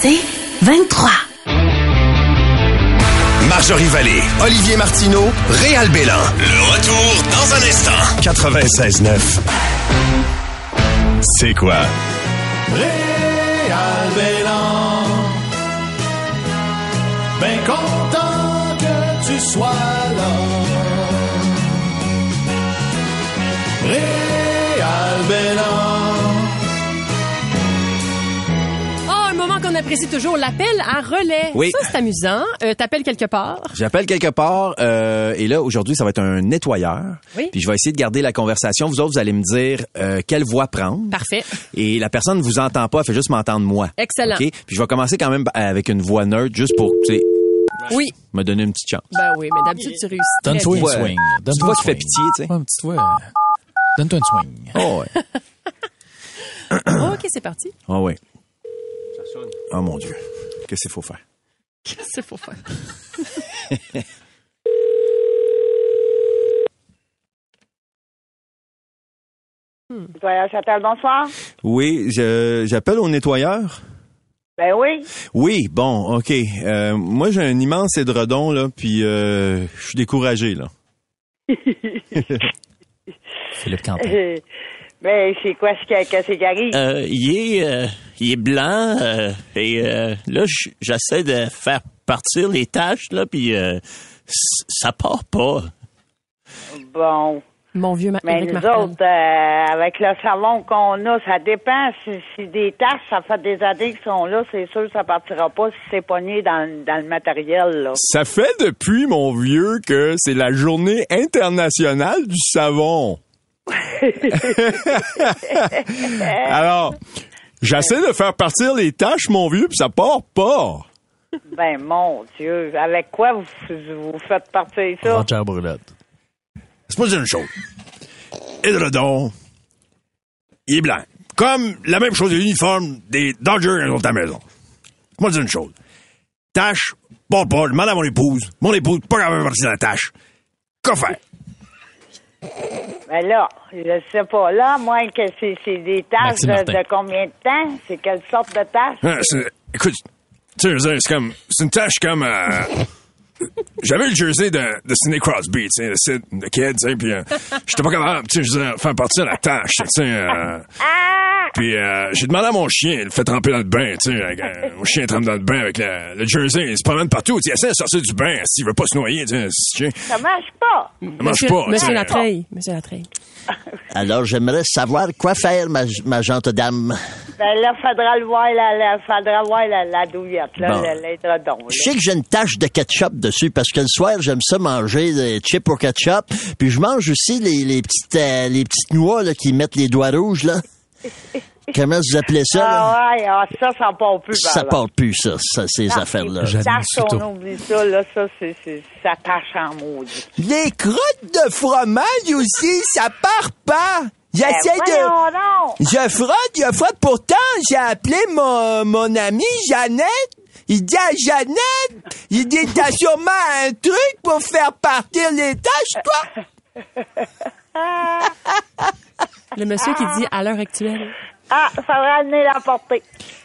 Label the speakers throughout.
Speaker 1: C'est 23.
Speaker 2: Marjorie Vallée, Olivier Martineau, Réal Bélan. Le retour dans un instant. 96.9. C'est quoi?
Speaker 3: Réal Bélan. Ben content que tu sois là. Réal Bélan.
Speaker 4: Ah, un moment qu'on apprécie toujours, l'appel à relais.
Speaker 5: Oui.
Speaker 4: Ça, c'est amusant. Euh, T'appelles quelque part.
Speaker 5: J'appelle quelque part euh, et là aujourd'hui ça va être un nettoyeur.
Speaker 4: Oui.
Speaker 5: Puis je vais essayer de garder la conversation. Vous autres vous allez me dire euh, quelle voie prendre.
Speaker 4: Parfait.
Speaker 5: Et la personne vous entend pas, elle fait juste m'entendre moi.
Speaker 4: Excellent.
Speaker 5: Ok. Puis je vais commencer quand même avec une voix neutre juste pour tu sais,
Speaker 4: Oui.
Speaker 5: me donner une petite chance.
Speaker 4: Ben oui, mais d'habitude, tu réussis.
Speaker 6: Donne-toi
Speaker 4: très
Speaker 6: une
Speaker 4: bien.
Speaker 5: Ouais.
Speaker 6: swing.
Speaker 5: Petite
Speaker 6: Donne-toi
Speaker 5: voix
Speaker 6: une
Speaker 5: qui fait
Speaker 6: swing.
Speaker 5: pitié, tu sais.
Speaker 6: Ouais, une petite voix. Donne-toi une swing.
Speaker 5: Oh ouais.
Speaker 4: OK, c'est parti.
Speaker 5: Oh ouais. Oh mon dieu. Qu'est-ce qu'il faut faire?
Speaker 4: Qu'est-ce qu'il faut faire? Hmm.
Speaker 7: Voyage Châtel, bonsoir.
Speaker 5: Oui, je- j'appelle au nettoyeur.
Speaker 7: Ben oui.
Speaker 5: Oui, bon, ok. Euh, moi j'ai un immense édredon là, puis euh, je suis découragé là.
Speaker 6: Philippe Quentin.
Speaker 7: Euh, Ben, c'est quoi ce qui a cassé Gary?
Speaker 8: Euh, il, est, euh, il est blanc euh, et euh, là, j- j'essaie de faire partir les taches, là, puis euh, s- ça part pas.
Speaker 7: Bon.
Speaker 4: Mon vieux Ma-
Speaker 7: Mais
Speaker 4: Éric
Speaker 7: nous
Speaker 4: Martel.
Speaker 7: autres, euh, avec le salon qu'on a, ça dépend. Si, si des tâches, ça fait des années qu'ils sont là, c'est sûr que ça partira pas si c'est pogné dans, dans le matériel, là.
Speaker 5: Ça fait depuis, mon vieux, que c'est la journée internationale du savon. Alors, j'essaie de faire partir les tâches, mon vieux, puis ça part pas.
Speaker 7: Ben, mon Dieu. Avec quoi vous, vous faites partir ça?
Speaker 6: Roger Brulotte.
Speaker 5: C'est pas une chose. Hydrodon, il est blanc. Comme la même chose de l'uniforme des Dodgers quand ils sont à la maison. Moi, je dis une chose. Tâche, part pas, je demande à mon épouse. Mon épouse, pas capable de partir de la tâche. Qu'à faire?
Speaker 7: Ben là, je sais pas. Là, moi, que c'est c'est des tâches
Speaker 6: Maxime
Speaker 7: de,
Speaker 6: Martin.
Speaker 7: de combien de temps? C'est quelle sorte de tâches?
Speaker 9: Ah, c'est- écoute, tu sais, je veux dire, c'est comme. C'est une tâche comme. euh, J'avais le jersey de, de Sidney Crosby, tu sais, le Sid, le kid, tu sais, puis euh, j'étais pas capable, tu sais, je veux dire, de faire partir la tâche, tu sais. euh, puis euh, j'ai demandé à mon chien, il le fait tremper dans le bain, tu sais. avec, euh, mon chien trempe dans le bain avec le, le jersey, il se promène partout, tu sais, il essaie de sortir du bain, s'il veut pas se noyer, tu sais, ce chien,
Speaker 7: Ça marche pas.
Speaker 9: ça marche pas, tu
Speaker 4: Monsieur
Speaker 9: sais.
Speaker 4: Latreille. Monsieur Latreille.
Speaker 8: Alors, j'aimerais savoir quoi faire, ma, ma gente dame.
Speaker 7: Ben là, faudra le voir, la, la- faudra voir la, la douillette, là,
Speaker 8: Bon.
Speaker 7: le- l'édredon. là.
Speaker 8: Je sais que j'ai une tache de ketchup dessus parce que le soir, j'aime ça manger des chips au ketchup. Puis je mange aussi les, les petites, euh, les petites noix là, qui mettent les doigts rouges. là. Comment vous appelez ça? là?
Speaker 7: Ah ouais, ah, ça, ça part plus. par
Speaker 8: Ça
Speaker 7: là.
Speaker 8: part plus, ça, ça, ces
Speaker 7: Non,
Speaker 8: affaires-là.
Speaker 7: les
Speaker 6: J'admets
Speaker 7: taches,
Speaker 6: sitôt.
Speaker 7: on oublie ça, là, ça, c'est, c'est, ça tâche en maudit.
Speaker 5: Les crottes de fromage aussi, ça part pas. J'essaie de...
Speaker 7: Ben voyons donc!
Speaker 5: Je frotte, je frotte. Pourtant, j'ai appelé mon, mon amie Jeannette. Il dit à Jeannette, il dit, t'as sûrement un truc pour faire partir les tâches, toi.
Speaker 4: Le monsieur qui dit à l'heure actuelle.
Speaker 7: Ah, faudra amener la portée.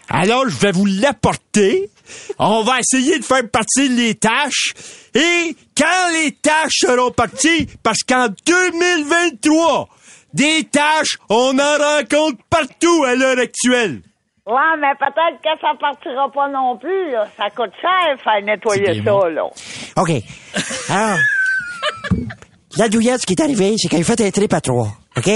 Speaker 5: Alors, je vais vous l'apporter. On va essayer de faire partir les tâches. Et quand les tâches seront parties, parce qu'en 2023, des tâches, on en rencontre partout à l'heure actuelle.
Speaker 7: Ouais, mais peut-être que ça partira pas non plus, là. Ça coûte cher, faire nettoyer
Speaker 6: C'est
Speaker 7: ça,
Speaker 6: bien
Speaker 7: là.
Speaker 10: OK. Alors, la douillette, ce qui est arrivé, c'est qu'elle fait un trip à trois. OK?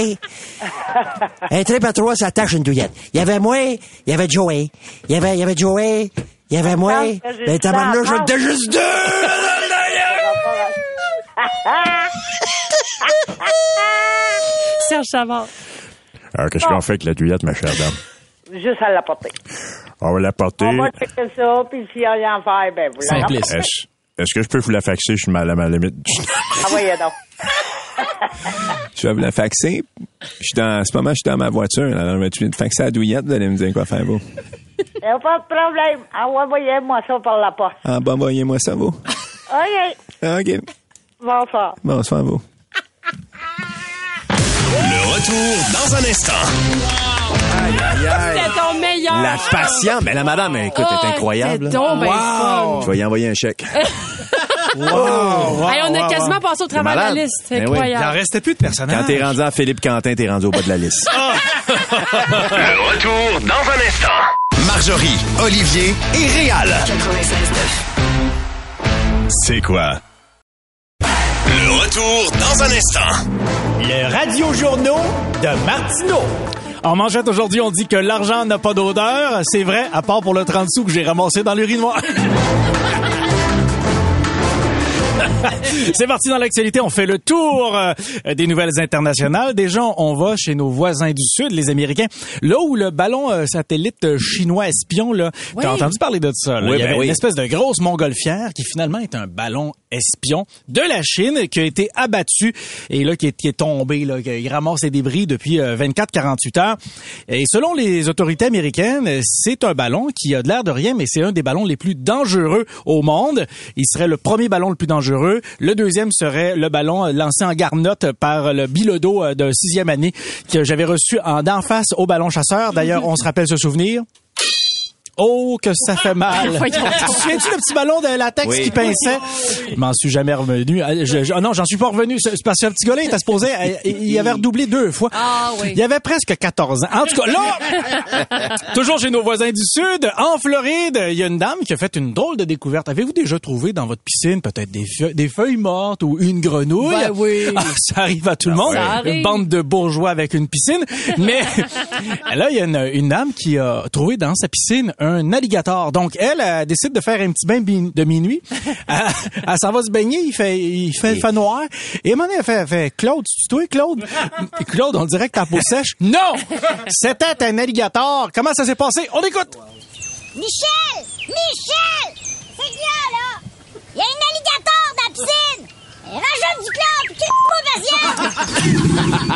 Speaker 10: Un trip à trois, ça attache une douillette. Il y avait moi, il y avait Joey. Il y avait, il y avait Joey, il y avait moi.
Speaker 7: Attends, j'ai
Speaker 10: Ben,
Speaker 7: du temps
Speaker 10: tabarnouche,
Speaker 7: à
Speaker 10: j'en étais juste deux!
Speaker 4: Serge Savard.
Speaker 9: Alors, qu'est-ce qu'on fait avec la douillette, ma chère dame?
Speaker 7: Juste à la portée.
Speaker 9: On va la porter.
Speaker 7: On va checker ça, puis s'il y a rien à faire, ben, vous la
Speaker 6: Simpliste.
Speaker 9: Est-ce est-ce que je peux vous la faxer? Je suis mal à ma limite.
Speaker 7: renvoyez donc.
Speaker 5: Je vais vous la faxer. Je suis dans, en ce moment, je suis dans ma voiture. Alors, je vais te faxer à Douillette. Vous allez me dire quoi faire, vous.
Speaker 7: Y a pas de problème. Envoyez-moi ça par la porte.
Speaker 5: Ah, bon, voyez-moi ça, vous.
Speaker 7: OK.
Speaker 5: Ah, OK.
Speaker 7: Bonsoir.
Speaker 5: Bonsoir, vous.
Speaker 2: Le retour dans un instant.
Speaker 4: C'est ton meilleur.
Speaker 11: la patience. Mais la madame, écoute, est incroyable.
Speaker 4: c'est Oh, donc ben Wow!
Speaker 11: Je vais y envoyer un chèque. wow,
Speaker 4: Hey, on a quasiment passé au travers de la
Speaker 11: malade.
Speaker 4: liste. C'est
Speaker 11: Ben oui.
Speaker 4: incroyable.
Speaker 11: Il en
Speaker 6: restait plus de personnage.
Speaker 11: Quand t'es rendu à Philippe Quentin, t'es rendu au bas de la liste.
Speaker 2: Ah! Le retour dans un instant. Marjorie, Olivier et Réal.
Speaker 1: 96.9.
Speaker 2: C'est quoi? Le retour dans un instant.
Speaker 12: Le Radio Journaux de Martineau. En manchette aujourd'hui, on dit que l'argent n'a pas d'odeur. C'est vrai, à part pour le 30 sous que j'ai ramassé dans l'urinoir. C'est parti dans l'actualité. On fait le tour euh, des nouvelles internationales. Déjà, on va chez nos voisins du Sud, les Américains, là où le ballon euh, satellite euh, chinois espion, là,
Speaker 4: Oui.
Speaker 12: t'as entendu parler de ça. là?
Speaker 11: Oui,
Speaker 12: Il y
Speaker 11: ben
Speaker 12: avait
Speaker 11: oui.
Speaker 12: une espèce de grosse montgolfière qui finalement est un ballon espion de la Chine qui a été abattu et là qui est, qui est tombé, là, qui ramasse ses débris depuis 24-48 heures. Et selon les autorités américaines, euh, c'est un ballon qui a de l'air de rien, mais c'est un des ballons les plus dangereux au monde. Il serait le premier ballon le plus dangereux. Le deuxième serait le ballon euh, lancé en garnotte par le bilodo euh, de sixième année que j'avais reçu en d'en face au ballon chasseur. D'ailleurs, on se rappelle ce souvenir. Oh, que ça fait mal!
Speaker 4: Voyons.
Speaker 12: tu te souviens-tu le petit ballon de latex
Speaker 11: Oui.
Speaker 12: qui pinçait? Je m'en suis jamais revenu. Ah, je- je- ah non, j'en suis pas revenu. C'est c'est parce que le petit gars-là, il était supposé, euh, il avait redoublé deux fois.
Speaker 4: Ah oui.
Speaker 12: Il avait presque 14 ans. En tout cas, là, toujours chez nos voisins du Sud, en Floride, il y a une dame qui a fait une drôle de découverte. Avez-vous déjà trouvé dans votre piscine peut-être des, feu- des feuilles mortes ou une grenouille?
Speaker 4: Ben oui.
Speaker 12: Ah, ça arrive à tout le monde.
Speaker 4: Ça
Speaker 12: Une
Speaker 4: arrive.
Speaker 12: bande de bourgeois avec une piscine. Mais là, il y a une, une dame qui a trouvé dans sa piscine un alligator. Donc, elle, elle décide de faire un petit bain bi- de minuit. elle elle s'en va se baigner. Il fait, il fait, il fait noir. Et à un moment donné, elle fait, elle fait Claude, tu toi, Claude? Claude, on dirait que t'as la peau sèche. Non! C'était un alligator. Comment ça s'est passé? On écoute!
Speaker 13: Michel! Michel! C'est bien, là! Il y a un alligator dans la piscine! Et rajoute du chlore, puis crie-moi patience!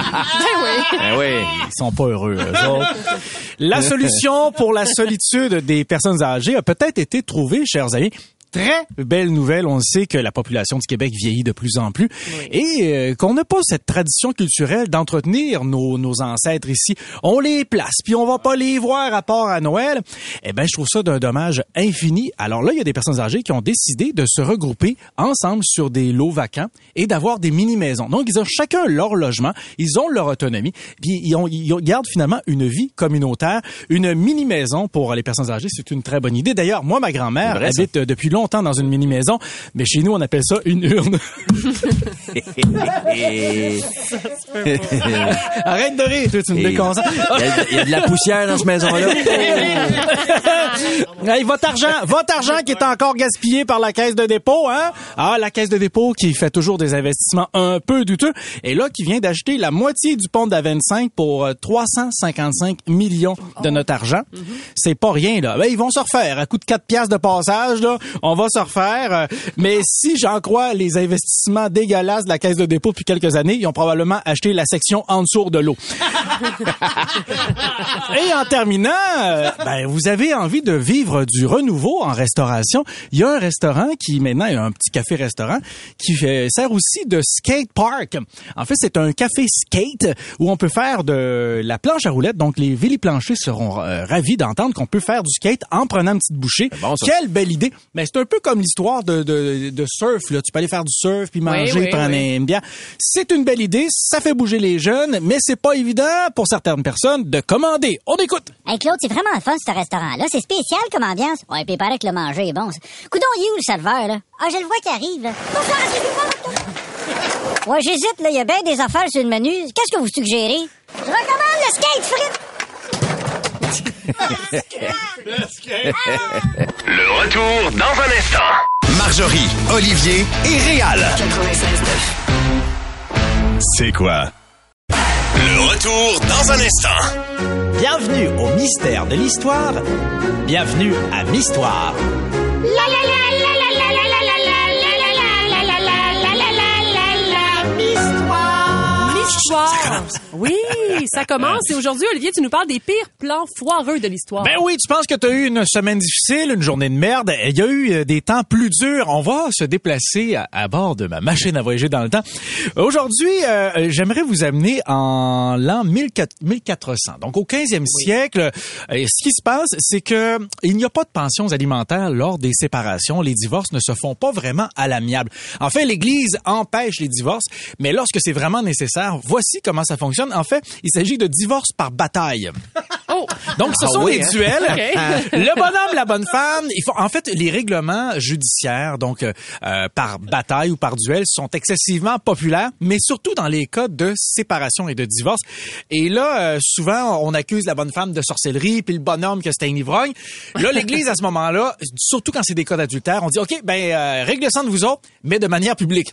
Speaker 11: ben oui.
Speaker 12: Eh Ils sont pas heureux, eux autres. La solution pour la solitude des personnes âgées a peut-être été trouvée, chers amis. Très belle nouvelle. On sait que la population du Québec vieillit de plus en plus et euh, qu'on n'a pas cette tradition culturelle d'entretenir nos, nos ancêtres ici. On les place, puis on va pas les voir à part à Noël. Eh ben, je trouve ça d'un dommage infini. Alors là, il y a des personnes âgées qui ont décidé de se regrouper ensemble sur des lots vacants et d'avoir des mini-maisons. Donc, ils ont chacun leur logement, ils ont leur autonomie, puis ils, ont- ils ont- gardent finalement une vie communautaire. Une mini-maison pour les personnes âgées, c'est une très bonne idée. D'ailleurs, moi, ma grand-mère
Speaker 11: vrai, ça.
Speaker 12: habite euh, depuis longtemps dans une mini-maison, mais chez nous, on appelle ça une urne.
Speaker 11: Et-
Speaker 12: Arrête de rire, toi, tu me
Speaker 11: Et-
Speaker 12: déconcentres.
Speaker 11: Il y a- il y, a de la poussière dans cette maison-là.
Speaker 12: Hey, votre argent, votre argent qui est encore gaspillé par la caisse de dépôt, hein? Ah, la caisse de dépôt qui fait toujours des investissements un peu douteux. Et là, qui vient d'acheter la moitié du pont de la 25 pour euh, 355 millions de notre argent. C'est pas rien, là. Ben, ils vont se refaire. À coup de 4 piastres de passage, là, on va se refaire. Euh, Mais si j'en crois les investissements dégueulasses de la caisse de dépôt depuis quelques années, ils ont probablement acheté la section en dessous de l'eau. Et en terminant, euh, ben, vous avez envie de vivre du renouveau en restauration. Il y a un restaurant qui, maintenant, il y a un petit café-restaurant qui fait- sert aussi de skate park. En fait, c'est un café skate où on peut faire de la planche à roulettes. Donc, les viliplanchers seront euh, ravis d'entendre qu'on peut faire du skate en prenant une petite bouchée.
Speaker 11: bon, ça.
Speaker 12: Quelle belle idée! Mais c'est un peu comme l'histoire de, de, de surf. Là. Tu peux aller faire du surf, puis manger,
Speaker 4: oui,
Speaker 12: prendre
Speaker 4: oui.
Speaker 12: aime Eh bien. C'est une belle idée, ça fait bouger les jeunes, mais c'est pas évident pour certaines personnes de commander. On écoute.
Speaker 13: Hey Claude, c'est vraiment le fun ce restaurant-là. C'est spécial comme ambiance. Ouais, puis il paraît que le manger est bon. ça. Coudon, il est où le serveur, là? Ah, je le vois qui arrive, là. Bonsoir, excusez-moi. Ouais, j'hésite, là. Il y a bien des affaires sur le menu. Qu'est-ce que vous suggérez? Je recommande le skate frites.
Speaker 2: Le retour dans un instant. Marjorie, Olivier et Réal.
Speaker 1: 96.9.
Speaker 2: C'est quoi? Le retour dans un instant.
Speaker 12: Bienvenue au mystère de l'histoire. Bienvenue à Mistoire.
Speaker 13: La la la la la la la la la la la la la la la la la la la la la la
Speaker 4: L'histoire. Oui, ça commence. Et aujourd'hui, Olivier, tu nous parles des pires plans foireux de l'histoire.
Speaker 12: Ben oui, tu penses que tu as eu une semaine difficile, une journée de merde. Il y a eu euh, des temps plus durs. On va se déplacer à, à bord de ma machine à voyager dans le temps. Aujourd'hui, euh, j'aimerais vous amener en l'an 1400, 1400. Donc au 15e siècle, euh, ce qui se passe, c'est que il n'y a pas de pensions alimentaires lors des séparations. Les divorces ne se font pas vraiment à l'amiable. En fait, l'Église empêche les divorces, mais lorsque c'est vraiment nécessaire, voici comment ça fonctionne. En fait, il s'agit de divorce par bataille. Oh, Donc, ce
Speaker 14: Ah
Speaker 12: sont
Speaker 14: oui,
Speaker 12: des
Speaker 14: hein?
Speaker 12: duels.
Speaker 14: Ok.
Speaker 12: Euh, Le bonhomme, la bonne femme. Il faut, en fait, les règlements judiciaires, donc euh, euh, par bataille ou par duel, sont excessivement populaires, mais surtout dans les cas de séparation et de divorce. Et là, euh, souvent, on accuse la bonne femme de sorcellerie, puis le bonhomme que c'était un ivrogne. Là, l'Église, à ce moment-là, surtout quand c'est des cas d'adultère, on dit, OK, ben, euh, réglez ça entre vous autres, mais de manière publique.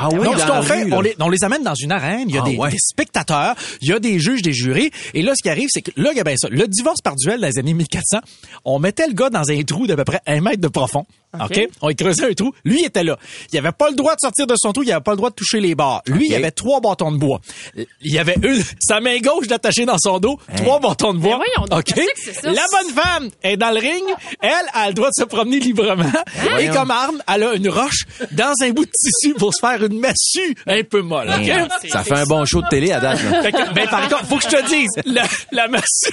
Speaker 12: Ah
Speaker 11: oui,
Speaker 12: Donc,
Speaker 11: dans
Speaker 12: ce qu'on
Speaker 11: la
Speaker 12: fait,
Speaker 11: rue, là.
Speaker 12: on les, on les amène dans une arène, il y a
Speaker 11: Ah
Speaker 12: des,
Speaker 11: ouais.
Speaker 12: des spectateurs, il y a des juges, des jurés. Et là, ce qui arrive, c'est que là, il y a ben ça, le divorce par duel dans les années 1400, on mettait le gars dans un trou d'à peu près un mètre de profond. OK?
Speaker 14: OK.
Speaker 12: On lui creusait un trou. Lui, il était là. Il avait pas le droit de sortir de son trou, il avait pas le droit de toucher les barres. Lui, il avait trois bâtons de bois. Il y avait une, sa main gauche attachée dans son dos,
Speaker 11: Hein?
Speaker 12: trois bâtons de bois. OK?
Speaker 14: ça?
Speaker 12: La bonne femme est dans le ring, elle a le droit de se promener librement. Et
Speaker 14: Voyons.
Speaker 12: comme arme, elle a une roche dans un bout de tissu pour se faire une massue un peu molle. OK?
Speaker 11: Hein, Ça fait un bon show de télé à date. là.
Speaker 12: Fait que- ben, par contre, faut que je te dise, la, la massue,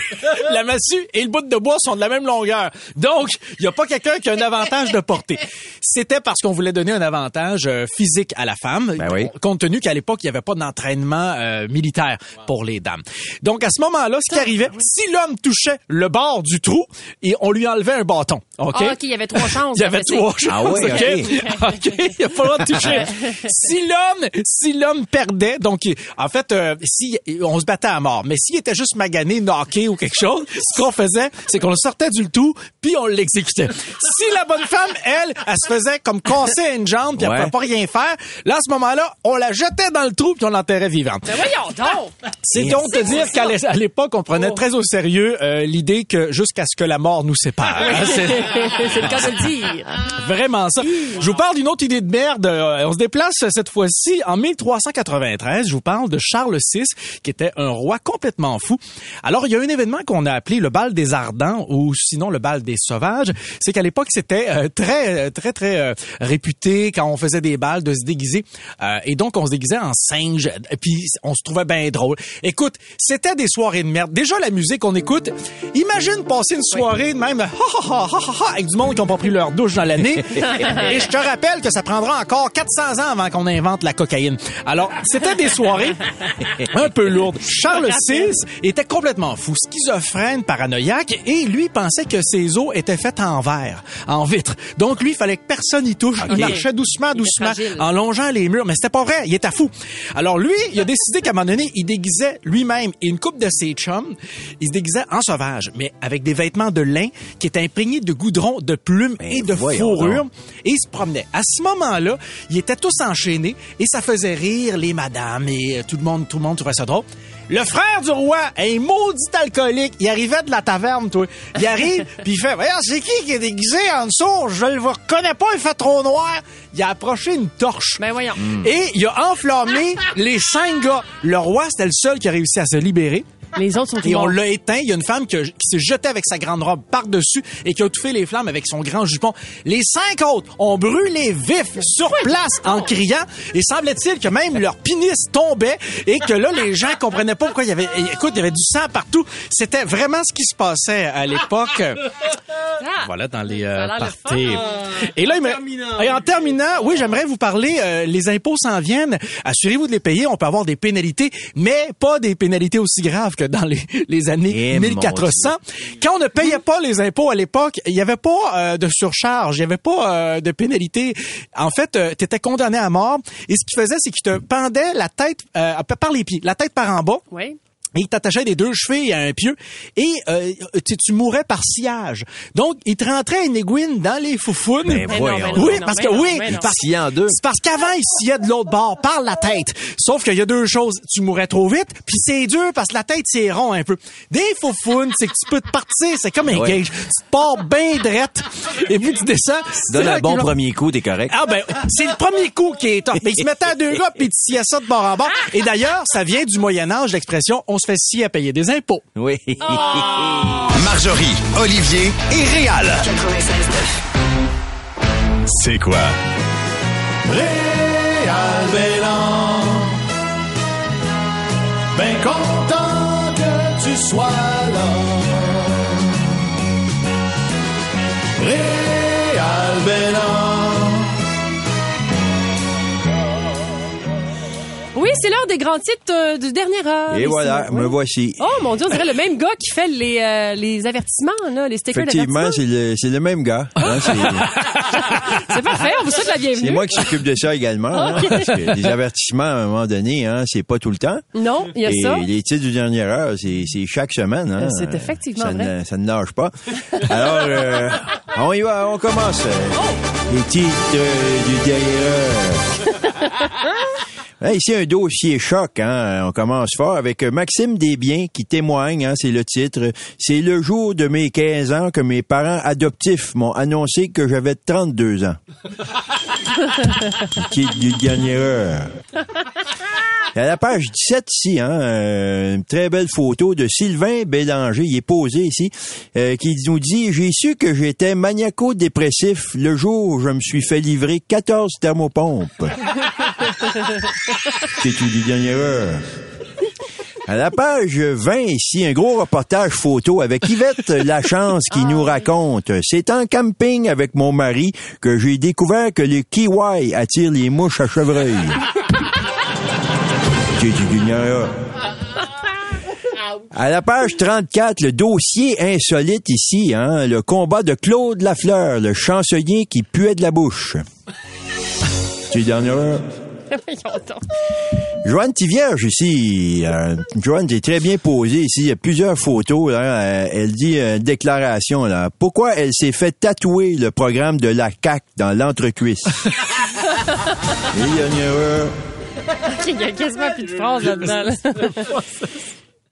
Speaker 12: la massue et le bout de bois sont de la même longueur. Donc, il n'y a pas quelqu'un qui a un avantage de portée. C'était parce qu'on voulait donner un avantage euh, physique à la femme, compte tenu qu'à l'époque, il n'y avait pas d'entraînement euh, militaire pour les dames. Donc, à ce moment-là, ce qui
Speaker 4: Ah
Speaker 12: arrivait, si l'homme touchait le bord du trou, et on lui enlevait un bâton. OK?
Speaker 4: Ah, OK, il y avait trois chances.
Speaker 12: Il y avait
Speaker 4: de passer.
Speaker 12: trois chances. OK? OK, il va falloir toucher. si l'homme, si l'homme perdait, donc, il- en fait, euh, si, on se battait à mort, mais s'il était juste magané, knocké ou quelque chose, ce qu'on faisait, c'est qu'on le sortait du tout, puis on l'exécutait. Si la bonne femme, elle, elle se faisait comme casser une jambe, puis elle
Speaker 14: Ouais.
Speaker 12: pouvait pas rien faire, là, à ce moment-là, on la jetait dans le trou, puis on l'enterrait vivante.
Speaker 4: Ben voyons donc!
Speaker 12: C'est donc de dire qu'à l'é- à l'époque, on prenait très au sérieux euh, l'idée que jusqu'à ce que la mort nous sépare. Hein,
Speaker 4: Ah, C'est
Speaker 12: c'est-
Speaker 4: le cas de le dire.
Speaker 12: Vraiment ça. Je vous parle d'une autre idée de merde. Euh, On se déplace euh, cette fois-ci en 1393. Je vous parle de Charles VI, qui était un roi complètement fou. Alors, il y a un événement qu'on a appelé le bal des ardents ou sinon le bal des sauvages. C'est qu'à l'époque, c'était euh, très, euh, très, très euh, réputé quand on faisait des balles de se déguiser. Euh, et donc, on se déguisait en singe. Et puis, on se trouvait bien drôle. Écoute, c'était des soirées de merde. Déjà, la musique qu'on écoute, imagine passer une soirée de même ha, ha, ha, ha, ha, ha, avec du monde qui n'ont pas pris leur douche dans l'année. Et je te rappelle que ça prendra encore 400 ans avant qu'on invente la cocaïne. Alors, c'était des soirées un peu lourdes. Charles VI était complètement fou, schizophrène, paranoïaque, et lui pensait que ses os étaient faites en verre, en vitre. Donc, lui, il fallait que personne y touche. Il marchait doucement, doucement,
Speaker 14: fragile.
Speaker 12: en longeant les murs. Mais c'était pas vrai, il était fou. Alors, lui, il a décidé qu'à un moment donné, il déguisait lui-même et une coupe de ses chums. Il se déguisait en sauvage, mais avec des vêtements de lin qui étaient imprégnés de goudron, de plumes et de
Speaker 11: Ben voyons
Speaker 12: fourrure
Speaker 11: donc.
Speaker 12: et ils se promenaient. À ce moment-là, ils étaient tous enchaînés et ça faisait rire les madames et euh, tout le monde, tout le monde trouvait ça drôle. Le frère du roi, un maudit alcoolique, il arrivait de la taverne, toi. Il arrive, puis il fait, voyons, c'est qui qui est déguisé en dessous? Je le reconnais pas, il fait trop noir. Il a approché une torche. Mm.
Speaker 4: Ben voyons.
Speaker 12: Et il a enflammé les cinq gars. Le roi, c'était le seul qui a réussi à se libérer.
Speaker 4: Les autres sont tous
Speaker 12: Et on
Speaker 4: morts.
Speaker 12: l'a éteint. Il y a une femme qui, a- qui s'est jetée avec sa grande robe par-dessus et qui a touffé les flammes avec son grand jupon. Les cinq autres ont brûlé vifs sur place en criant. Et semblait-il que même leur pénis tombait et que là, les gens comprenaient pas pourquoi il y avait, écoute, il y avait du sang partout. C'était vraiment ce qui se passait à l'époque.
Speaker 14: Ah.
Speaker 12: Voilà, dans les euh,
Speaker 14: l'air le
Speaker 12: parties.
Speaker 14: fun. euh,
Speaker 12: Et là, il me- et en terminant, oui, j'aimerais vous parler, euh, les impôts s'en viennent. Assurez-vous de les payer. On peut avoir des pénalités, mais pas des pénalités aussi graves que dans les, les années
Speaker 11: Eh, mon
Speaker 12: 1400. Quand on ne payait pas les impôts à l'époque, il n'y avait pas euh, de surcharge, il n'y avait pas euh, de pénalité. En fait, tu étais condamné euh, à mort. Et ce qu'ils faisaient, c'est qu'ils te pendaient la tête euh, par les pieds, la tête par en bas.
Speaker 4: Oui.
Speaker 12: Et il t'attachait des deux chevilles à un pieu et euh, tu, tu mourais par sillage. Donc, il te rentrait une aiguine dans les foufounes.
Speaker 11: Ben Mais voyons. non, ben non,
Speaker 12: oui,
Speaker 11: ben
Speaker 12: parce
Speaker 11: non,
Speaker 12: que
Speaker 11: ben
Speaker 12: oui,
Speaker 11: non, ben non.
Speaker 12: parce,
Speaker 11: Sciait en deux.
Speaker 12: c'est parce qu'avant, il sciait de l'autre bord, par la tête. Sauf qu'il y a deux choses. Tu mourais trop vite, puis c'est dur parce que la tête, c'est rond un peu. Des foufounes, c'est que tu peux te partir, c'est comme un
Speaker 11: Ouais.
Speaker 12: gage. Tu te pars bien drette et puis tu descends. C'est
Speaker 11: Donne
Speaker 12: là
Speaker 11: un
Speaker 12: qu'il
Speaker 11: bon
Speaker 12: va-
Speaker 11: premier coup, t'es correct.
Speaker 12: ah ben, c'est le premier coup qui est top. Mais ils se mettaient à deux gars puis ils te sciaient ça de bord en bord. Et d'ailleurs, ça vient du Moyen Âge, l'expression « on se fait scier à payer des impôts ».
Speaker 11: Oui. Oh.
Speaker 2: Marjorie, Olivier et Réal. C'est quoi?
Speaker 3: Réal Bélan. Ben content que tu sois là. Réal Bélan.
Speaker 4: Oui, c'est l'heure des grands titres euh, du dernier heure.
Speaker 11: Et
Speaker 4: ici.
Speaker 11: voilà,
Speaker 4: Oui.
Speaker 11: me voici.
Speaker 4: Oh mon Dieu, on dirait le même gars qui fait les, euh, les avertissements, là, les stickers
Speaker 11: Effectivement,
Speaker 4: d'avertissement.
Speaker 11: c'est le, c'est le même gars. hein, c'est-
Speaker 4: C'est parfait, on vous souhaite la bienvenue.
Speaker 11: c'est moi qui s'occupe de ça également. hein,
Speaker 4: Ok.
Speaker 11: parce que les avertissements, à un moment donné, hein, c'est pas tout le temps.
Speaker 4: Non, il y a
Speaker 11: Et
Speaker 4: ça.
Speaker 11: les titres du dernier heure, c'est c'est chaque semaine. hein.
Speaker 4: Euh, c'est effectivement
Speaker 11: ça
Speaker 4: vrai.
Speaker 11: Ne, ça ne lâche pas. Alors, euh, on y va, on commence.
Speaker 4: Oh!
Speaker 11: Les titres euh, du dernier heure. Hey, Ici, un dossier choc. Hein. On commence fort avec Maxime Desbiens qui témoigne, hein, c'est le titre. C'est le jour de mes 15 ans que mes parents adoptifs m'ont annoncé que j'avais 32 ans. Titre du dernier heure. À la page 17 ici, hein, euh, une très belle photo de Sylvain Bélanger, il est posé ici, euh, qui nous dit « J'ai su que j'étais maniaco-dépressif le jour où je me suis fait livrer 14 thermopompes. » C'est tout du dernier heure. À la page 20 ici, un gros reportage photo avec Yvette Lachance qui nous raconte « C'est en camping avec mon mari que j'ai découvert que le kiwi attire les mouches à chevreuil. » C'est du dernier heure. À la page 34, le dossier insolite ici, hein, le combat de Claude Lafleur, le chancelier qui puait de la bouche. C'est la dernière heure. Joanne Tivierge ici. euh, Joanne est très bien posée ici. Il y a plusieurs photos. Là, Euh, elle dit euh, déclaration. Là. Pourquoi elle s'est fait tatouer le programme de la CAC dans l'entrecuisse? Et dernière heure.
Speaker 4: Il y a quasiment plus de phrases là-dedans. là.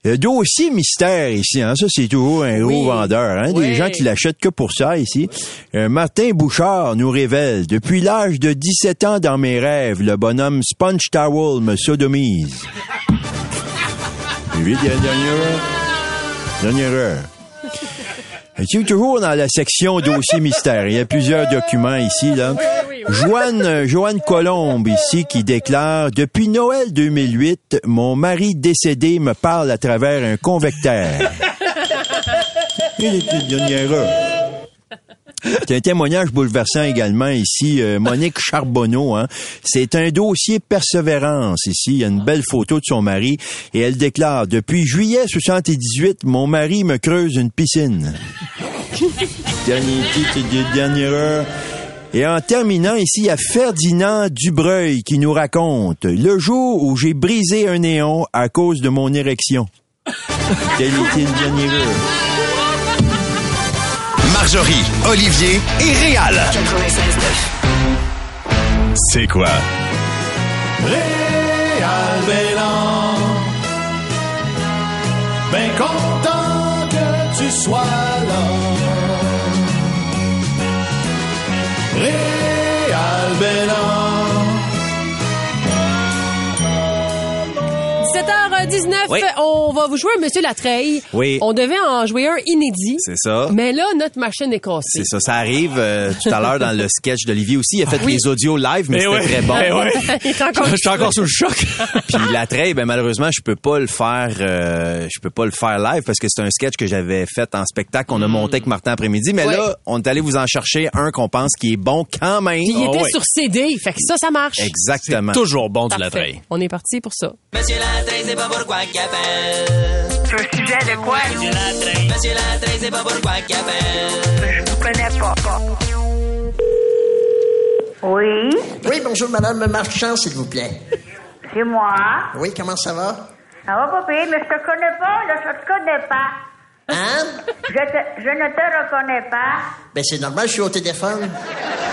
Speaker 11: Le dossier mystère ici, hein, ça c'est toujours un gros vendeur, hein, des
Speaker 4: Oui.
Speaker 11: gens qui l'achètent que pour ça ici. Euh, Martin Bouchard nous révèle, depuis l'âge de 17 ans dans mes rêves, le bonhomme Sponge Towel me sodomise. Vite, dernière heure. Dernière heure. Et tu es toujours dans la section dossier mystère. Il y a plusieurs documents ici, là. Joanne, euh, Joanne Colombe, ici, qui déclare, depuis Noël 2008, mon mari décédé me parle à travers un convecteur. Il était de dernière heure. C'est un témoignage bouleversant également ici, euh, Monique Charbonneau. hein. C'est un dossier persévérance ici. Il y a une belle photo de son mari et elle déclare depuis juillet 78, mon mari me creuse une piscine. Dernier titre de dernière heure. Et en terminant, ici, il y a Ferdinand Dubreuil qui nous raconte le jour où j'ai brisé un néon à cause de mon érection. Quelle était une dernière heure?
Speaker 2: Marjorie, Olivier et Réal. C'est quoi?
Speaker 3: Réal Bélan. Ben content que tu sois là. Réal Bélan.
Speaker 4: 17h19,
Speaker 11: Oui.
Speaker 4: on va vous jouer un Monsieur Latreille.
Speaker 11: Oui.
Speaker 4: On devait en jouer un inédit.
Speaker 11: C'est ça.
Speaker 4: Mais là, notre machine est cassée.
Speaker 11: C'est ça, ça arrive euh, tout à l'heure dans le sketch d'Olivier aussi. Il a fait
Speaker 4: Oui.
Speaker 11: les audios live, mais
Speaker 4: Eh
Speaker 11: c'était
Speaker 4: ouais,
Speaker 11: très bon.
Speaker 4: eh ouais. Il est encore- Je suis encore sous le
Speaker 11: choc. Puis la trail, ben malheureusement, je peux pas le faire, euh, je peux pas le faire live parce que c'est un sketch que j'avais fait en spectacle qu'on a monté avec Martin après-midi. Mais
Speaker 4: Hmm. Ouais.
Speaker 11: là, on est allé vous en chercher un qu'on pense qui est bon quand même. Ah
Speaker 4: Puis il était sur CD, fait que ça, ça marche.
Speaker 11: Exactement.
Speaker 4: Ah C'est toujours
Speaker 11: bon
Speaker 4: Parfait. On est parti pour ça.
Speaker 1: Monsieur Latreille, c'est pas pourquoi qu'il appelle. Un sujet de quoi? Monsieur Latreille. Monsieur Latreille, c'est pas pourquoi qu'il appelle. Je vous connais pas.
Speaker 14: Oui. Oui, bonjour, Madame Marchand, s'il vous plaît.
Speaker 7: C'est moi.
Speaker 14: Oui, comment ça va? Ça va pas payer, mais je te connais pas, là, je te connais pas.
Speaker 8: Hein?
Speaker 14: Je, te- je ne te reconnais pas.
Speaker 8: Ben, c'est normal, je suis au téléphone.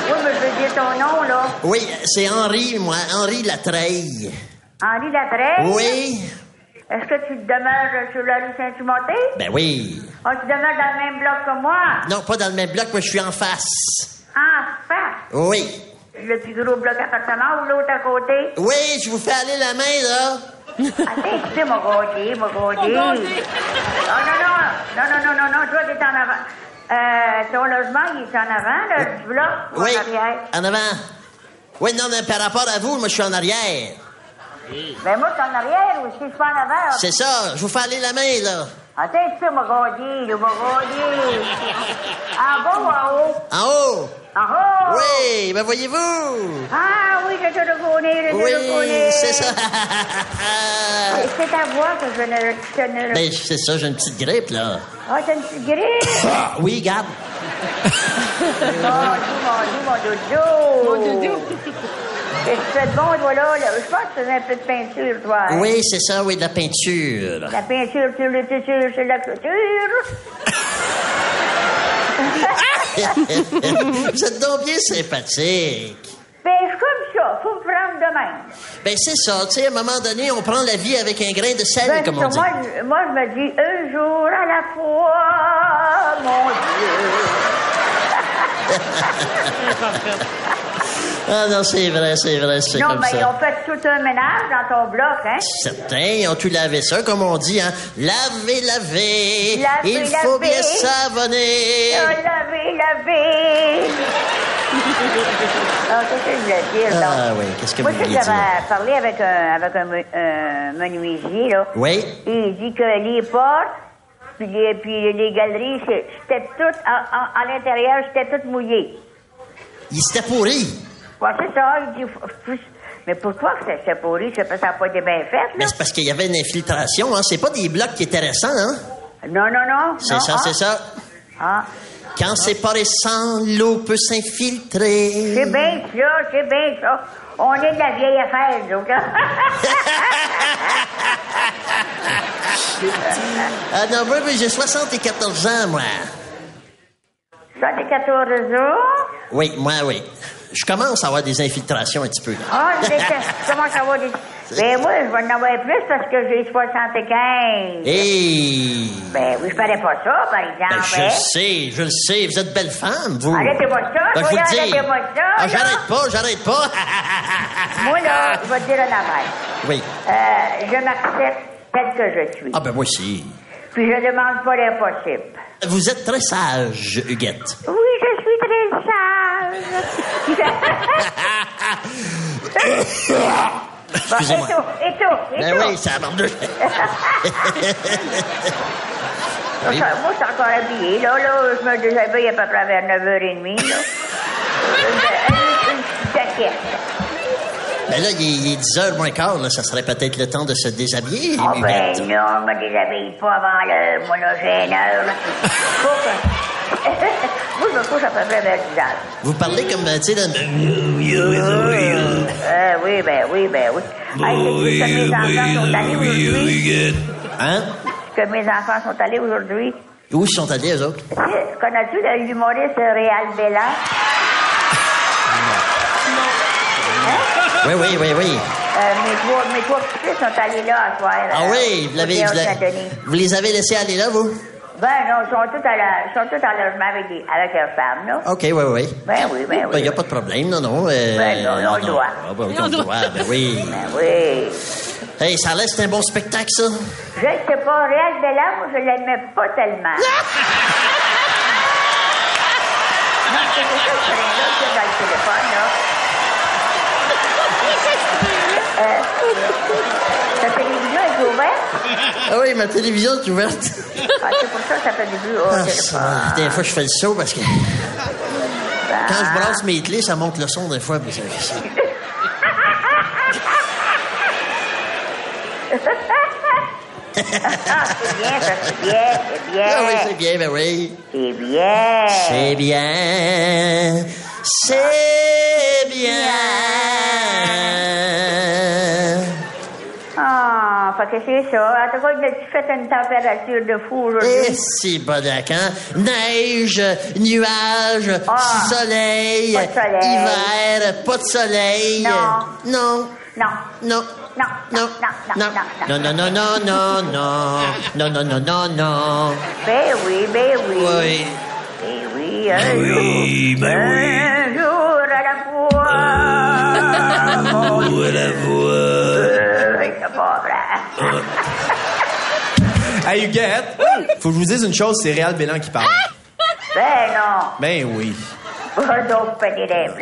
Speaker 14: Oui, mais je veux dire ton nom, là.
Speaker 8: Oui, c'est Henri, moi, Henri Latreille.
Speaker 14: Henri Latreille?
Speaker 8: Oui.
Speaker 14: Est-ce que tu demeures sur la rue Saint-Humonté?
Speaker 8: Ben oui.
Speaker 14: Ah, tu demeures dans le même bloc que moi?
Speaker 8: Non, pas dans le même bloc, moi, je suis en face.
Speaker 14: En face?
Speaker 8: Oui.
Speaker 14: Ah, Le plus gros bloc appartement ou l'autre à côté?
Speaker 8: Oui, je vous fais aller la main, là.
Speaker 14: Attends, c'est mon gaucher, mon gaucher. Oh, non,
Speaker 8: Mon gaucher.
Speaker 14: non, non, non, non, non, non, toi, t'es en avant. Euh, ton logement, il est en avant, là, du bloc, ou
Speaker 8: Oui.
Speaker 14: en arrière?
Speaker 8: En avant. Oui, non, mais par rapport à vous, moi, je suis en arrière.
Speaker 14: Ben, moi, t'es en arrière ou si je suis pas en avant?
Speaker 8: C'est ça, je vous fais aller la main, là.
Speaker 14: Attends, c'est mon gaucher, le mon gaucher. En bas ou en haut?
Speaker 8: En haut.
Speaker 14: En haut?
Speaker 8: Oui, ben voyez-vous.
Speaker 14: Ah oui, je te reconnais, je
Speaker 8: Oui,
Speaker 14: te reconnais.
Speaker 8: c'est ça.
Speaker 14: Et c'est ta voix que je ne reconnais
Speaker 8: Ben, c'est ça, j'ai une petite grippe, là.
Speaker 14: Ah, t'as une petite grippe?
Speaker 8: Ah, oui, garde.
Speaker 14: mon doudou, mon doudou, mon doudou. Mon doudou. Et tu fais de bon, toi, là. là. Je pense que tu faisais un peu de peinture, toi. hein?
Speaker 8: Oui, c'est ça, oui, de la peinture.
Speaker 14: La peinture, tu le tissu, c'est la clôture.
Speaker 8: vous êtes donc bien sympathique.
Speaker 14: Ben, c'est comme ça. Faut me prendre de même.
Speaker 8: Ben, c'est ça, tu sais, à un moment donné, on prend la vie avec un grain de sel,
Speaker 14: Ben,
Speaker 8: comme
Speaker 14: ça,
Speaker 8: Eh, on dit.
Speaker 14: moi, je- moi, je me dis un jour à la fois, mon Dieu.
Speaker 8: Ah non, c'est vrai, c'est vrai, c'est
Speaker 14: non,
Speaker 8: comme
Speaker 14: mais ils
Speaker 8: ça.
Speaker 14: ont fait tout un ménage dans ton bloc, hein?
Speaker 8: Certains ils ont tout lavé ça, comme on dit, hein. Laver, laver,
Speaker 14: Laver,
Speaker 8: il faut
Speaker 14: laver. Oh,
Speaker 8: bien savonner.
Speaker 14: Ils ont lavé, lavé. Ah, qu'est-ce que je voulais dire, là?
Speaker 8: Ah oui, qu'est-ce que
Speaker 14: Moi,
Speaker 8: vous
Speaker 14: tu sais,
Speaker 8: vouliez dire?
Speaker 14: j'avais parlé avec un, avec un me- un menuisier, là.
Speaker 8: Oui.
Speaker 14: Et il dit que les portes, puis les, puis les galeries, c'est- c'était tout, à, à- à l'intérieur, c'était tout mouillé.
Speaker 8: Il s'était pourri.
Speaker 14: Ouais, c'est ça, il dit... faut- faut- Mais pourquoi que c'est- c'est pourri? C'est parce que ça n'a pas été bien fait, là?
Speaker 8: Mais c'est parce qu'il y avait une infiltration, hein. C'est pas des blocs qui étaient récents, hein.
Speaker 14: Non, non, non. Ah.
Speaker 8: C'est
Speaker 14: non,
Speaker 8: ça,
Speaker 14: hein?
Speaker 8: c'est ça. Quand c'est pas récent, l'eau peut s'infiltrer.
Speaker 14: C'est bien ça, c'est bien ça. On est de la vieille affaire, donc.
Speaker 8: Ah non, oui, oui, j'ai 74 ans, moi.
Speaker 14: Ça, t'es 14 ans.
Speaker 8: Oui, moi, oui. Je commence à avoir des infiltrations un petit peu. là.
Speaker 14: Ah, je déteste. Comment ça va? des- Ben moi, je vais en avoir plus parce que j'ai 75.
Speaker 8: Hey!
Speaker 14: Ben oui, je ferais pas ça, par exemple.
Speaker 8: Ben, je
Speaker 14: hein?
Speaker 8: le sais, je le sais. Vous êtes belle femme, vous.
Speaker 14: Arrêtez-moi ça,
Speaker 8: Ben, je vous
Speaker 14: voyons,
Speaker 8: le dis.
Speaker 14: arrêtez-moi ça,
Speaker 8: Ah,
Speaker 14: là.
Speaker 8: j'arrête pas, j'arrête pas. Ah,
Speaker 14: Moi, là, je vais te dire une affaire.
Speaker 8: oui.
Speaker 14: Euh, je m'accepte tel que je suis.
Speaker 8: Ah, ben, moi aussi.
Speaker 14: Puis je demande pas l'impossible.
Speaker 8: Vous êtes très sage, Huguette.
Speaker 14: Oui, je suis très sage. Bon,
Speaker 8: Excusez-moi.
Speaker 14: Et tout, et tout, et
Speaker 8: Ben
Speaker 14: tout.
Speaker 8: oui, ça marche deux.
Speaker 14: Moi, ça- moi, je suis encore habillée. Là, là, je me déshabille à peu près vers 9h30. Là. une, une- une petite jaquette.
Speaker 8: Ben là, il est, il est 10 heures moins quart, là. Ça serait peut-être le temps de se déshabiller,
Speaker 14: Ah ben
Speaker 8: Huguette.
Speaker 14: non, je me déshabille pas avant l'heure. Moi, là, j'ai une heure. là. Faut que- moi, je me couche à peu près vers 10 heures.
Speaker 8: Vous parlez comme, euh, tu sais,
Speaker 14: Euh, oui, ben oui, ben oui. Hey, c'est que mes enfants sont allés aujourd'hui.
Speaker 8: Hein?
Speaker 14: Que mes enfants sont allés aujourd'hui.
Speaker 8: Où ils sont allés, eux autres?
Speaker 14: Euh, Connais-tu le- l'humoriste Réal Bélan? Hein?
Speaker 8: Oui, oui, oui,
Speaker 14: Euh, mes
Speaker 8: oui.
Speaker 14: trois, mes trois petits-fils sont allés là à soir.
Speaker 8: Ah
Speaker 14: euh,
Speaker 8: oui, vous,
Speaker 14: au
Speaker 8: l'avez,
Speaker 14: théâtre
Speaker 8: vous, la-
Speaker 14: Saint-Denis.
Speaker 8: vous les avez laissés aller là, vous?
Speaker 14: Ben non, ils sont tous à la, ils sont tous en logement avec, des, avec leurs femmes, là.
Speaker 8: OK, oui, oui.
Speaker 14: Ben oui, ben oui.
Speaker 8: Il n'y a pas de problème, non, non. euh,
Speaker 14: Ben non, on le doit.
Speaker 8: Ah, ben, oui,
Speaker 14: On
Speaker 8: on
Speaker 14: le
Speaker 8: le
Speaker 14: doit.
Speaker 8: doit, ben oui.
Speaker 14: Ben oui.
Speaker 8: Hey, ça laisse un bon spectacle, ça.
Speaker 14: Je ne sais pas, Réal Bélan, moi, je l'aimais pas tellement. non, c'est pour ça que je l'ai là, c'est dans le téléphone, là. Euh, ta télévision est ouverte?
Speaker 8: Ah oui, ma télévision est ouverte.
Speaker 14: Ah, c'est pour ça que ça fait oh, du bruit au
Speaker 8: Ah,
Speaker 14: téléphone.
Speaker 8: ça, des fois, je fais le saut parce que... Quand
Speaker 14: Ah.
Speaker 8: je brasse mes clés, ça monte le son des fois. puis ça-
Speaker 14: Ah, c'est bien, ça, c'est bien, c'est bien.
Speaker 8: Ah oui, c'est bien, ben oui.
Speaker 14: C'est bien. ben
Speaker 8: C'est bien. C'est bien.
Speaker 14: Ah, fait que c'est ça. En tout cas, il a fait une température de fou
Speaker 8: Et
Speaker 14: aujourd'hui.
Speaker 8: si bonac, hein? Neige, nuages, soleil,
Speaker 14: Ah. pas de soleil.
Speaker 8: hiver, pas de soleil.
Speaker 14: Non.
Speaker 8: Non.
Speaker 14: Non.
Speaker 8: Non.
Speaker 14: Non. Non. Non. Non.
Speaker 8: Non, non, non, non, non, non. Non, non, non, non, non.
Speaker 14: Ben oui, ben oui.
Speaker 8: Oui.
Speaker 14: Ben oui, un jour. Un jour à la fois. Mon Dieu. Euh, c'est pas vrai.
Speaker 15: Hey, Huguette, faut que je vous dise une chose, c'est Réal Bélan qui parle.
Speaker 14: Ben non.
Speaker 15: Ben oui.
Speaker 14: Bordeaux, petit rêve.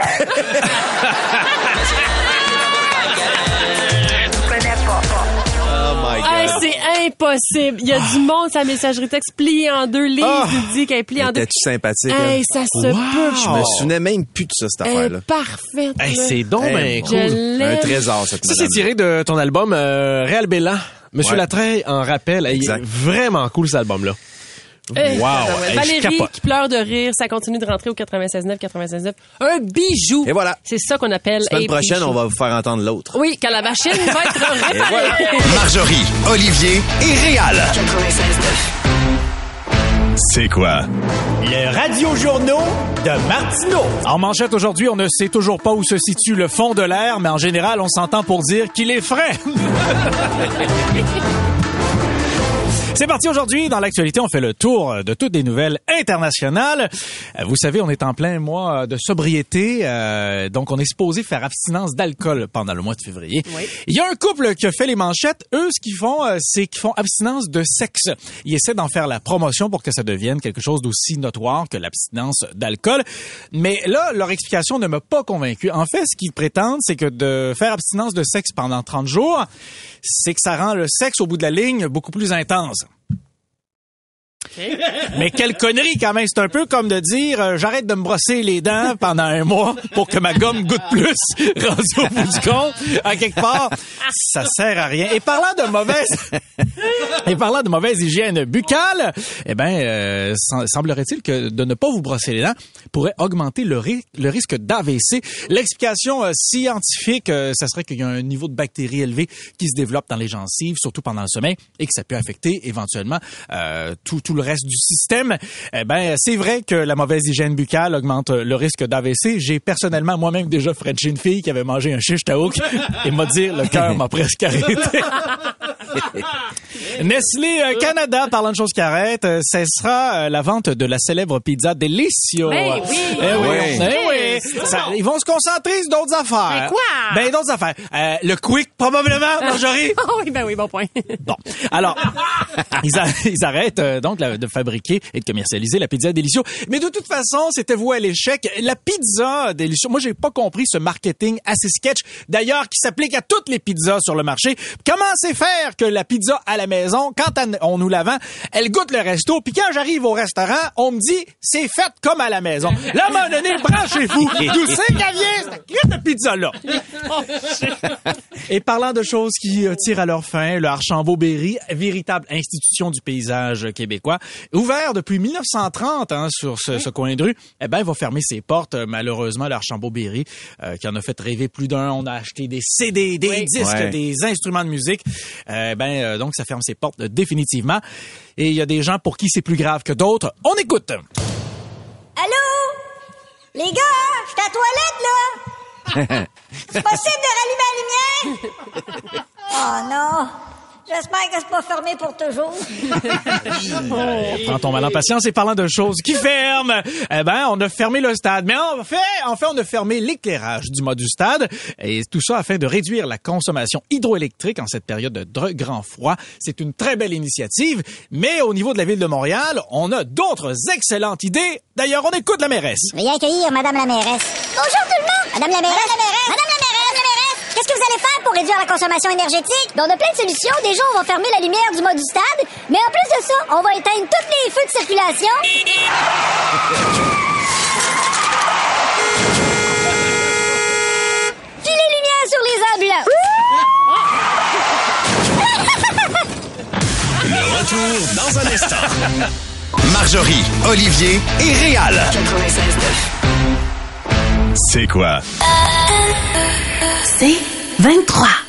Speaker 15: Oh my
Speaker 4: Hey, Ah, c'est impossible. Il y a du monde, sa messagerie texte pliée en deux livres. Il dit qu'elle est pliée en deux.
Speaker 15: T'es-tu sympathique?
Speaker 5: hein?
Speaker 11: hein?
Speaker 4: Hey, ça se Wow! peut.
Speaker 15: Je me souvenais même plus de ça, cette
Speaker 4: Elle est
Speaker 15: affaire-là.
Speaker 4: parfaite.
Speaker 12: Hey,
Speaker 4: là.
Speaker 12: c'est donc ben
Speaker 15: Hey,
Speaker 12: cool.
Speaker 4: Je
Speaker 15: Un
Speaker 4: l'aime.
Speaker 15: trésor, cette
Speaker 12: Ça,
Speaker 15: madame.
Speaker 12: c'est tiré de ton album euh, Réal Bella. Monsieur
Speaker 15: Ouais.
Speaker 12: Latreille en rappelle. Hey, il est
Speaker 15: Exact.
Speaker 12: vraiment cool, cet album-là.
Speaker 4: Hey,
Speaker 12: wow. Hey, je
Speaker 4: Euh, Valérie
Speaker 12: capote.
Speaker 4: qui pleure de rire, ça continue de rentrer au 96.9, 96.9. Un bijou. Et
Speaker 15: voilà.
Speaker 4: C'est ça qu'on appelle
Speaker 11: Semaine
Speaker 4: un
Speaker 11: prochaine,
Speaker 4: bijou.
Speaker 11: on va vous faire entendre l'autre.
Speaker 4: Oui, quand la machine va être réparée.
Speaker 2: Marjorie, Olivier et Réal. C'est quoi?
Speaker 12: Le Radio Journaux de Martineau. En manchette aujourd'hui, on ne sait toujours pas où se situe le fond de l'air, mais en général, on s'entend pour dire qu'il est frais. C'est parti aujourd'hui. Dans l'actualité, on fait le tour de toutes les nouvelles internationales. Euh, Vous savez, on est en plein mois de sobriété, euh, donc on est supposé faire abstinence d'alcool pendant le mois de février. Il y a un couple qui a fait les manchettes. Eux, ce qu'ils font, euh, c'est qu'ils font abstinence de sexe. Ils essaient d'en faire la promotion pour que ça devienne quelque chose d'aussi notoire que l'abstinence d'alcool. Mais là, leur explication ne m'a pas convaincu. En fait, ce qu'ils prétendent, c'est que de faire abstinence de sexe pendant 30 jours, c'est que ça rend le sexe au bout de la ligne beaucoup plus intense. Mais quelle connerie quand même, c'est un peu comme de dire euh, j'arrête de me brosser les dents pendant un mois pour que ma gomme goûte plus rendu au bout du compte à quelque part, ça sert à rien. Et parlant de mauvaise et parlant de mauvaise hygiène buccale, eh ben euh, sem- semblerait-il que de ne pas vous brosser les dents pourrait augmenter le, ri- le risque d'AVC. L'explication euh, scientifique, euh, ça serait qu'il y a un niveau de bactéries élevé qui se développe dans les gencives, surtout pendant le sommeil, et que ça peut affecter éventuellement euh, tout, tout le reste du système. Eh ben c'est vrai que la mauvaise hygiène buccale augmente euh, le risque d'AVC. J'ai personnellement moi-même déjà frenché une fille qui avait mangé un shish taouk et m'a dit le cœur m'a presque arrêté. Nestlé euh, Canada, parlant de choses qui arrêtent, euh, cessera euh, la vente de la célèbre pizza Delicio.
Speaker 1: Ben oui!
Speaker 12: Eh oui,
Speaker 1: Ouais.
Speaker 12: eh oui.
Speaker 1: C'est bon.
Speaker 12: Ça- ils vont se concentrer sur d'autres affaires.
Speaker 4: Mais quoi?
Speaker 12: Ben d'autres affaires. Euh, le quick, probablement, Marjorie.
Speaker 4: Ah oui, ben oui, bon point.
Speaker 12: Bon, alors, ils, a- ils arrêtent euh, donc la- de fabriquer et de commercialiser la pizza Delicio. Mais de toute façon, c'était voué à l'échec. La pizza Delicio, moi, j'ai pas compris ce marketing assez sketch, d'ailleurs, qui s'applique à toutes les pizzas sur le marché. Comment c'est faire que la pizza à la maison, quand elle- on nous la vend, elle goûte le resto, puis quand j'arrive au restaurant, on me dit, c'est fait comme à la maison. Là, à un moment donné, branchez-vous. D'où c'est qu'elle vient, cette crise de pizza-là? Et parlant de choses qui euh, tirent à leur fin, le Archambault-Berry, véritable institution du paysage québécois, ouvert depuis 1930 hein, sur ce, ce coin de rue, eh ben, il va fermer ses portes, euh, malheureusement, le Archambault-Berry, euh, qui en a fait rêver plus d'un. On a acheté des CD, des disques,
Speaker 11: Ouais.
Speaker 12: des instruments de musique. Euh, ben, euh, donc, ça ferme ses portes euh, définitivement. Et il y a des gens pour qui c'est plus grave que d'autres. On écoute!
Speaker 13: Allô? Les gars, je suis à la toilette, là! C'est possible de rallumer la lumière? Oh non! J'espère que c'est pas fermé pour toujours.
Speaker 12: Prends ton mal en patience et parlant de choses qui ferment, eh ben, on a fermé le stade. Mais en fait, en fait, on a fermé l'éclairage du mode du stade. Et tout ça afin de réduire la consommation hydroélectrique en cette période de dr- grand froid. C'est une très belle initiative. Mais au niveau de la ville de Montréal, on a d'autres excellentes idées. D'ailleurs, on écoute la mairesse.
Speaker 13: Veuillez accueillir Madame la mairesse. Bonjour tout le monde! Madame la mairesse! Madame la mairesse! Madame la mairesse! Qu'est-ce que vous allez faire pour réduire la consommation énergétique? Ben, on a plein de solutions. Déjà, on va fermer la lumière du mode du stade. Mais en plus de ça, on va éteindre tous les feux de circulation. Puis les lumières sur les ambulances.
Speaker 2: Le retour dans un instant. Marjorie, Olivier et Réal. C'est quoi?
Speaker 16: C'est 23.